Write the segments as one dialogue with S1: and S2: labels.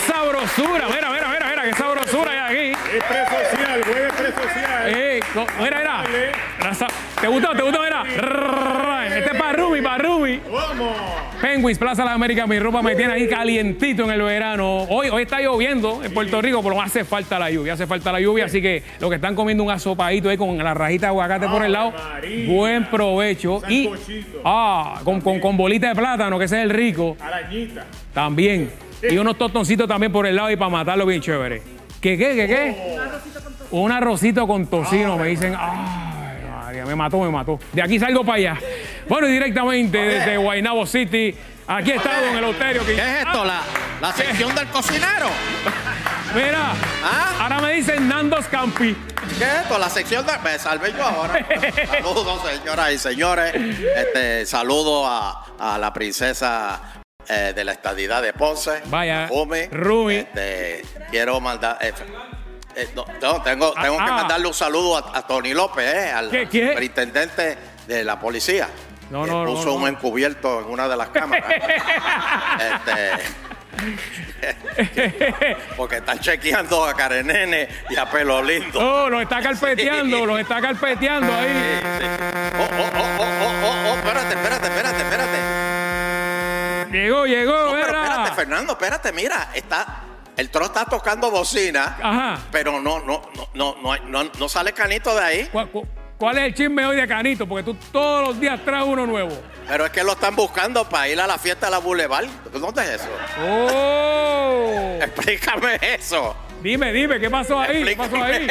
S1: Eh. No, mira, mira. Raza- ¿Te gustó? ¿Te gustó? Mira. Este es para Ruby, para Ruby. Penguins, Plaza de las Américas, mi ropa me tiene ahí calientito en el verano. Hoy, hoy está lloviendo en Puerto Rico, pero hace falta la lluvia, hace falta la lluvia, así que los que están comiendo un asopadito ahí con la rajita de aguacate por el lado,
S2: María.
S1: buen provecho. Y
S2: Sancochito.
S1: ah, con, con, con bolita de plátano, que ese es el rico,
S2: Arañita.
S1: también. Y unos tostoncitos también por el lado y para matarlo bien chévere. ¿Qué, qué, qué, qué? Un arrocito con
S3: Ah,
S1: tocino, me dicen. Ay, María, me mató, me mató. De aquí salgo para allá. Bueno, y directamente desde Guaynabo City, aquí está Don Eleuterio. Ah,
S3: ¿Qué es esto? ¿La, la sección del cocinero?
S1: Mira,
S3: ¿Ah?
S1: ahora me dicen Nandos Campi.
S3: ¿Qué es esto? La sección de... Me salvé yo ahora. Saludos, señoras y señores. Este, saludo a, a la princesa eh, de la estadidad de Ponce.
S1: Vaya,
S3: Rumi.
S1: Rumi.
S3: Este, quiero mandar... eh, eh, no, no, tengo tengo
S1: Ah,
S3: que
S1: ah.
S3: mandarle un saludo a, a Tony López, eh, al
S1: ¿Qué, qué?
S3: superintendente de la policía.
S1: No,
S3: que
S1: no, no,
S3: puso
S1: no.
S3: un encubierto en una de las cámaras. este... Porque están chequeando a Karenene y a Pelo Lindo.
S1: Oh, los está carpeteando,
S3: Sí.
S1: los está carpeteando ahí.
S3: Oh, oh, oh, oh, oh, oh, oh, espérate, espérate, espérate, espérate.
S1: Llegó, llegó,
S3: No, pero
S1: mira.
S3: espérate, Fernando, espérate, mira, está. El tro está tocando bocina,
S1: Ajá.
S3: pero no, no, no, no, no, hay- no, no sale canito de ahí.
S1: ¿Cuál, cu- cuál es el chisme hoy de Canito? Porque tú todos los días traes uno nuevo.
S3: Pero es que lo están buscando para ir a la fiesta de la Boulevard. ¿Dónde es eso?
S1: ¡Oh!
S3: Explícame eso.
S1: Dime, dime, ¿qué pasó ahí? ¿Qué pasó ahí?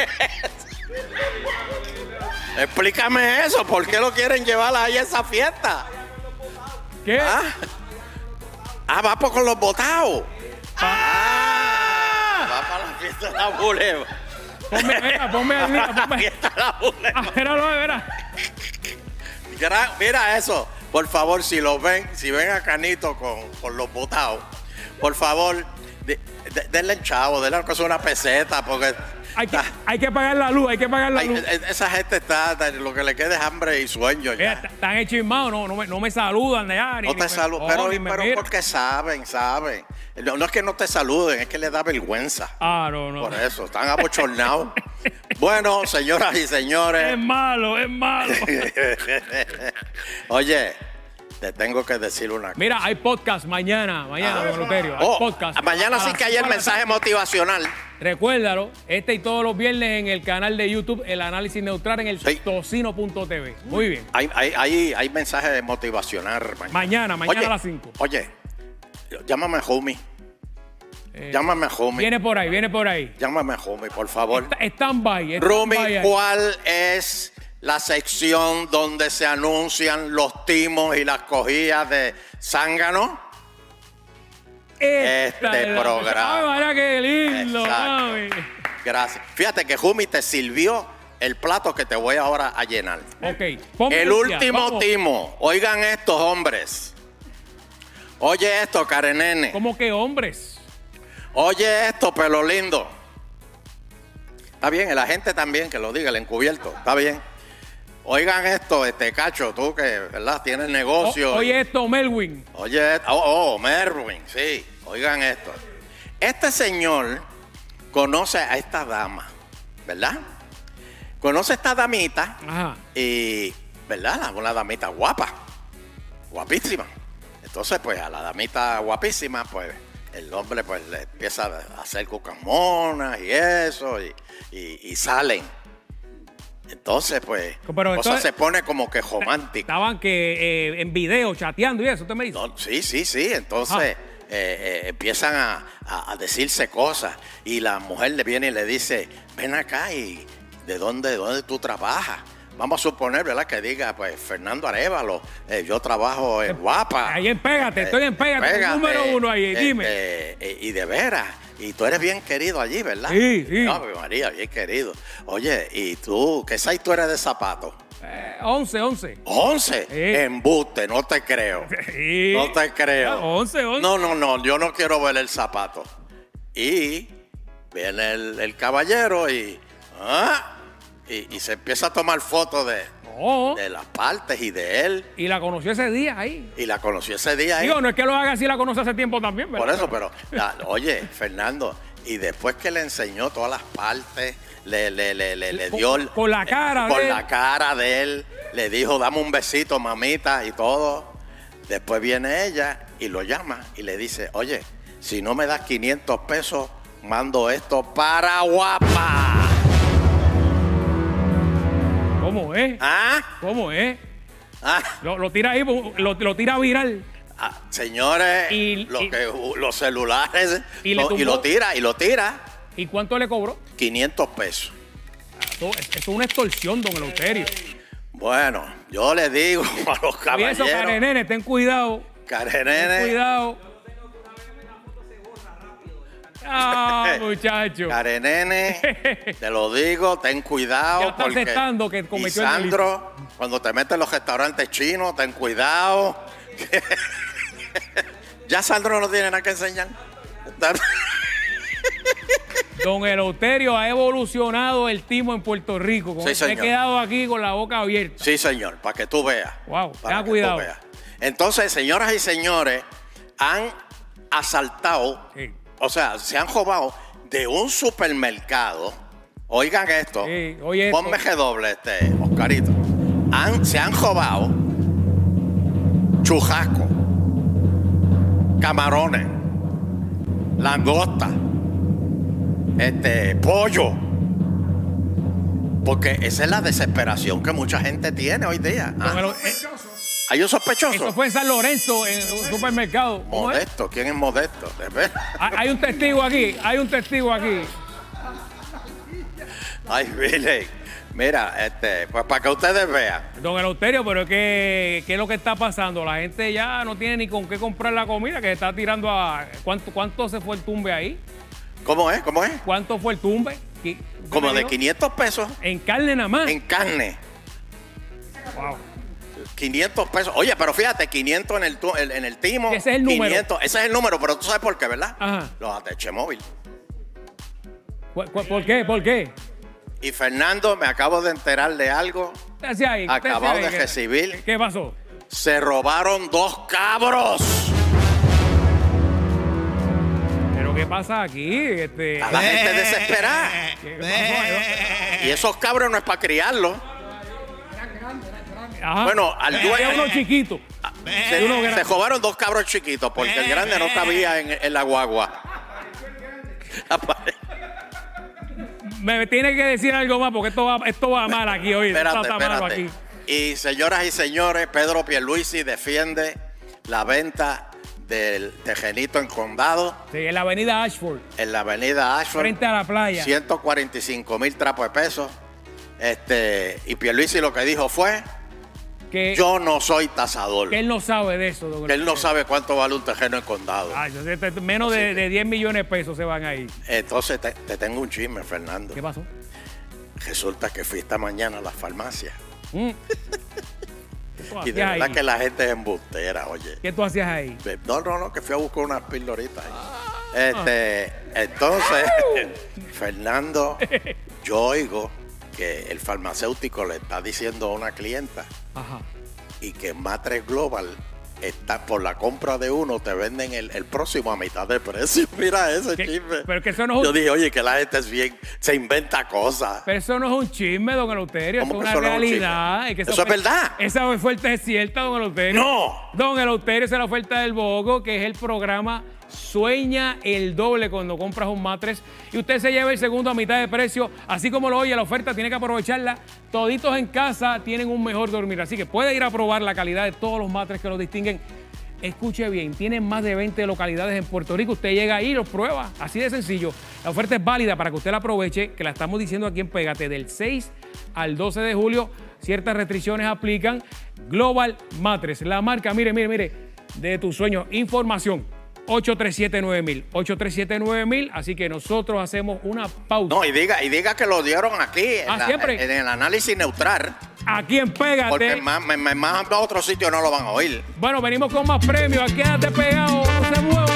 S3: Explícame eso. ¿Por qué lo quieren llevar ahí a esa fiesta?
S1: ¿Qué?
S3: ¿Ah? Ah, va por con los botados. Ah, va para la fiesta de la Boulevard.
S1: Ponme, mira, ponme al día,
S3: La
S1: ponme.
S3: fiesta de la Boulevard.
S1: Ah, míralo, mira.
S3: Gra- Mira eso. Por favor, si lo ven, si ven a Canito con, con los botados, por favor, de- de- denle el chavo, denle aunque sea una peseta, porque
S1: Hay que,
S3: está-
S1: hay que pagar la luz, hay que pagar la
S3: ay,
S1: luz.
S3: e- e- esa gente está, está- lo que le queda es hambre y sueño.
S1: Mira,
S3: ya.
S1: t- están enchismados, no, no, me, no me saludan de área.
S3: No te saludan, pero, pero porque saben, saben. No, no es que no te saluden, es que le da vergüenza.
S1: Ah, no, no.
S3: Por eso, están abochornados. bueno, señoras y
S1: Es
S3: señores,
S1: malo, es malo.
S3: oye, te tengo que decir una cosa.
S1: Mira, hay podcast mañana, mañana, don Eleuterio, Hay
S3: Oh,
S1: podcast.
S3: Mañana
S1: A
S3: sí
S1: las
S3: que hay el
S1: cuatro.
S3: mensaje motivacional.
S1: Recuérdalo, este y todos los viernes en el canal de YouTube, el análisis neutral en el
S3: Sí.
S1: tocino.tv. Muy bien.
S3: Hay, hay, hay, hay mensaje motivacional
S1: Mañana,
S3: mañana.
S1: mañana
S3: Oye,
S1: a las 5.
S3: Oye, llámame a homie.
S1: Eh,
S3: llámame a homie.
S1: Viene por ahí, viene por ahí.
S3: Llámame a homie, por favor.
S1: Está- Stand by. stand
S3: Rumi,
S1: by ahí.
S3: ¿cuál es la sección donde se anuncian los timos y las cogías de zángano?
S1: Esta
S3: este
S1: es la-
S3: programa.
S1: Ay, María, qué lindo,
S3: Exacto.
S1: mami.
S3: Gracias. Fíjate que Jumi te sirvió el plato que te voy ahora a llenar.
S1: Ok, pon
S3: El
S1: música,
S3: último
S1: vamos.
S3: timo. Oigan estos hombres. Oye esto, Karenene.
S1: ¿Cómo que hombres?
S3: Oye esto, pelo lindo. Está bien, el agente también que lo diga, el encubierto. Está bien. Oigan esto, este cacho, tú que, ¿verdad? Tienes
S1: O-
S3: negocio.
S1: oye esto, Melwin.
S3: Oye, oh, oh, Merwin, sí. Oigan esto. Este señor conoce a esta dama, ¿verdad? Conoce a esta damita
S1: Ajá.
S3: y, ¿verdad? La- Una damita guapa, guapísima. Entonces, pues a la damita guapísima, pues el hombre pues le empieza a hacer cucamonas y eso, y, y- y salen. Entonces, pues,
S1: Pero
S3: la cosa
S1: esto es-
S3: se pone como que romántica.
S1: Estaban que eh, en video chateando y eso, usted me dice.
S3: No, sí, sí, sí.
S1: Ajá.
S3: Entonces eh, eh, empiezan a, a- a decirse cosas y la mujer le viene y le dice, ven acá y de dónde, dónde tú trabajas. Vamos a suponer, ¿verdad? Que diga, pues, Fernando Arevalo, eh, yo trabajo en Guapa.
S1: Ahí en Pégate,
S3: Eh,
S1: estoy en Pégate, número uno ahí,
S3: eh,
S1: dime.
S3: eh, eh, y de veras, y tú eres bien querido allí, ¿verdad?
S1: Sí, sí.
S3: No, Ave María, bien querido. Oye, ¿y tú qué size tú eres de zapato?
S1: Eh, 11, 11.
S3: 11. Embuste, no te creo.
S1: Eh. Sí.
S3: No te creo.
S1: Ah, 11, 11.
S3: No, no, no, yo no quiero ver el zapato. Y viene el, el caballero y, ah, y, y se empieza a tomar fotos de,
S1: No.
S3: de las partes y de él.
S1: Y la conoció ese día ahí.
S3: Y la conocí ese día. ¿eh? ahí.
S1: Digo, no es que lo haga así, la conoce hace tiempo también, ¿verdad?
S3: Por eso, pero, la- oye, Fernando, Y después que le enseñó todas las partes, le, le, le, le, le dio. el-
S1: Con- con la cara
S3: eh, Con
S1: de él.
S3: la cara de él. Le dijo, dame un besito, mamita, y todo. Después viene ella y lo llama y le dice, oye, si no me das 500 pesos, mando esto para guapa.
S1: ¿Cómo es?
S3: ¿Ah?
S1: ¿Cómo es?
S3: ¿Ah?
S1: Lo, lo tira ahí, lo, lo tira viral.
S3: Ah, señores,
S1: Y-
S3: lo
S1: y-
S3: que- los celulares
S1: y le
S3: no,
S1: tumbó-
S3: lo tira, y lo tira,
S1: ¿Y cuánto le cobró?
S3: 500 pesos.
S1: Eso, eso es una extorsión, don Eleuterio.
S3: Bueno, yo le digo a los
S1: Y eso,
S3: caballeros,
S1: Karenene, ten cuidado. Ten
S3: Karenene,
S1: cuidado. Ah, muchacho.
S3: Karenene, te lo digo, ten cuidado.
S1: Ya está
S3: porque-
S1: aceptando que
S3: y
S1: cometió el
S3: Sandro, cuando te metes en los restaurantes chinos, ten cuidado. ya Sandro no tiene nada que enseñar.
S1: Don Eleuterio ha evolucionado el timo en Puerto Rico. Con-
S3: Sí,
S1: Me he
S3: señor.
S1: quedado aquí con la boca abierta.
S3: Sí, señor, para que tú veas.
S1: Wow,
S3: Para
S1: tenga
S3: que tú
S1: cuidado.
S3: veas. Entonces, señoras y señores, han asaltado,
S1: Sí.
S3: o sea, se han robado de un supermercado. Oigan esto.
S1: Sí, oye esto.
S3: Oh, Ponme que doble este, Oscarito. Han- se han robado chujasco, camarones, langosta, este, pollo. Porque esa es la desesperación que mucha gente tiene hoy día.
S1: Don
S3: Ah,
S1: Elo- eh,
S3: hay un sospechoso.
S1: Eso fue en San Lorenzo, en un supermercado. ¿Cómo es?
S3: Modesto, ¿quién es modesto? De verdad.
S1: Ah, Hay un testigo aquí, hay un testigo aquí.
S3: Ay, Billy. Mira, este, pues para que ustedes vean.
S1: Don Eleuterio, pero es que, ¿qué es lo que está pasando? La gente ya no tiene ni con qué comprar la comida, que se está tirando a... ¿Cuánto, cuánto se fue el tumbe ahí?
S3: ¿Cómo es? ¿Cómo es?
S1: ¿Cuánto fue el tumbe? ¿Qui- usted
S3: Como
S1: me
S3: de
S1: dijo?
S3: 500 pesos
S1: En carne nada más.
S3: en carne.
S1: Wow.
S3: 500 pesos. Oye, pero fíjate, 500 en el, tu- en- en el timo.
S1: Ese es el número.
S3: 500, ese es el número, pero tú sabes por qué, ¿verdad?
S1: Ajá.
S3: Los ateche móvil.
S1: ¿Cu- cu- ¿Por qué? ¿Por qué?
S3: Y Fernando, me acabo de enterar de algo.
S1: ¿Qué hacía ahí? ¿Qué
S3: Acabado
S1: hacía ahí?
S3: de
S1: ¿Qué-
S3: recibir.
S1: ¿Qué pasó?
S3: Se robaron dos cabros.
S1: ¿Pero qué pasa aquí? Este,
S3: A la gente desesperada.
S1: ¿qué pasó?
S3: Y esos cabros no es para criarlos.
S1: Ajá. Eh,
S3: Bueno, al
S1: Había
S3: dueño-
S1: uno chiquito.
S3: Se,
S1: Uno grande.
S3: se robaron dos cabros chiquitos porque el grande no cabía en, en la guagua. Apare-
S1: Me tiene que decir algo más porque esto va, esto va mal aquí hoy.
S3: espérate,
S1: está malo
S3: espérate.
S1: aquí.
S3: Y señoras y señores, Pedro Pierluisi defiende la venta del tejenito en condado
S1: Sí, en la avenida Ashford,
S3: en la avenida Ashford.
S1: frente a la playa.
S3: 145 mil trapos de pesos. Este, y Pierluisi lo que dijo fue,
S1: Que,
S3: yo no soy tasador.
S1: que él no sabe de eso, don
S3: Que él no sabe cuánto vale un tejeno en condado.
S1: Ah, yo sé, te- menos de, de 10 millones de pesos se van ahí.
S3: Entonces te, te tengo un chisme, Fernando.
S1: ¿Qué pasó?
S3: Resulta que fui esta mañana a la farmacia.
S1: Mm.
S3: Y
S1: ¿Qué, tú
S3: de
S1: hacías
S3: verdad
S1: ahí?
S3: que la gente es embustera, oye.
S1: ¿Qué tú hacías ahí?
S3: No, no, no, que fui a buscar unas pildoritas.
S1: Ah.
S3: Este, entonces, Fernando, yo oigo que el farmacéutico le está diciendo a una clienta
S1: Ajá.
S3: y que Matres Global está por la compra de uno, te venden el, el próximo a mitad de precio. Mira ese
S1: ¿Qué?
S3: chisme.
S1: Pero que eso no es un-
S3: Yo dije, oye, que la gente es bien, se inventa cosas.
S1: Pero eso no es un chisme, don Eleuterio. Eso es
S3: ¿Cómo que
S1: una
S3: eso no es un
S1: realidad.
S3: chisme?
S1: que esa
S3: Eso es
S1: oferta-
S3: verdad.
S1: Esa oferta es cierta, don Eleuterio.
S3: ¡No!
S1: Don Eleuterio, esa es la oferta del Bogo, que es el programa Sueña el doble cuando compras un matres y usted se lleva el segundo a mitad de precio. Así como lo oye, la oferta tiene que aprovecharla. Toditos en casa tienen un mejor dormir. Así que puede ir a probar la calidad de todos los matres que los distinguen. Escuche bien, tienen más de 20 localidades en Puerto Rico. Usted llega ahí y los prueba. Así de sencillo. La oferta es válida para que usted la aproveche, que la estamos diciendo aquí en Pégate, del 6 al 12 de julio. Ciertas restricciones aplican. Global Matres, la marca, mire, mire, mire, de tus sueños. Información, 837-9000. 837-9000, así que nosotros hacemos una pausa.
S3: No, y diga, y diga que lo dieron aquí, en,
S1: Ah,
S3: la-
S1: siempre. Ah,
S3: en el análisis neutral.
S1: Aquí en Pégate.
S3: Porque más, más, más a otros sitios no lo van a oír.
S1: Bueno, venimos con más premios. Quédate pegado, no se mueva.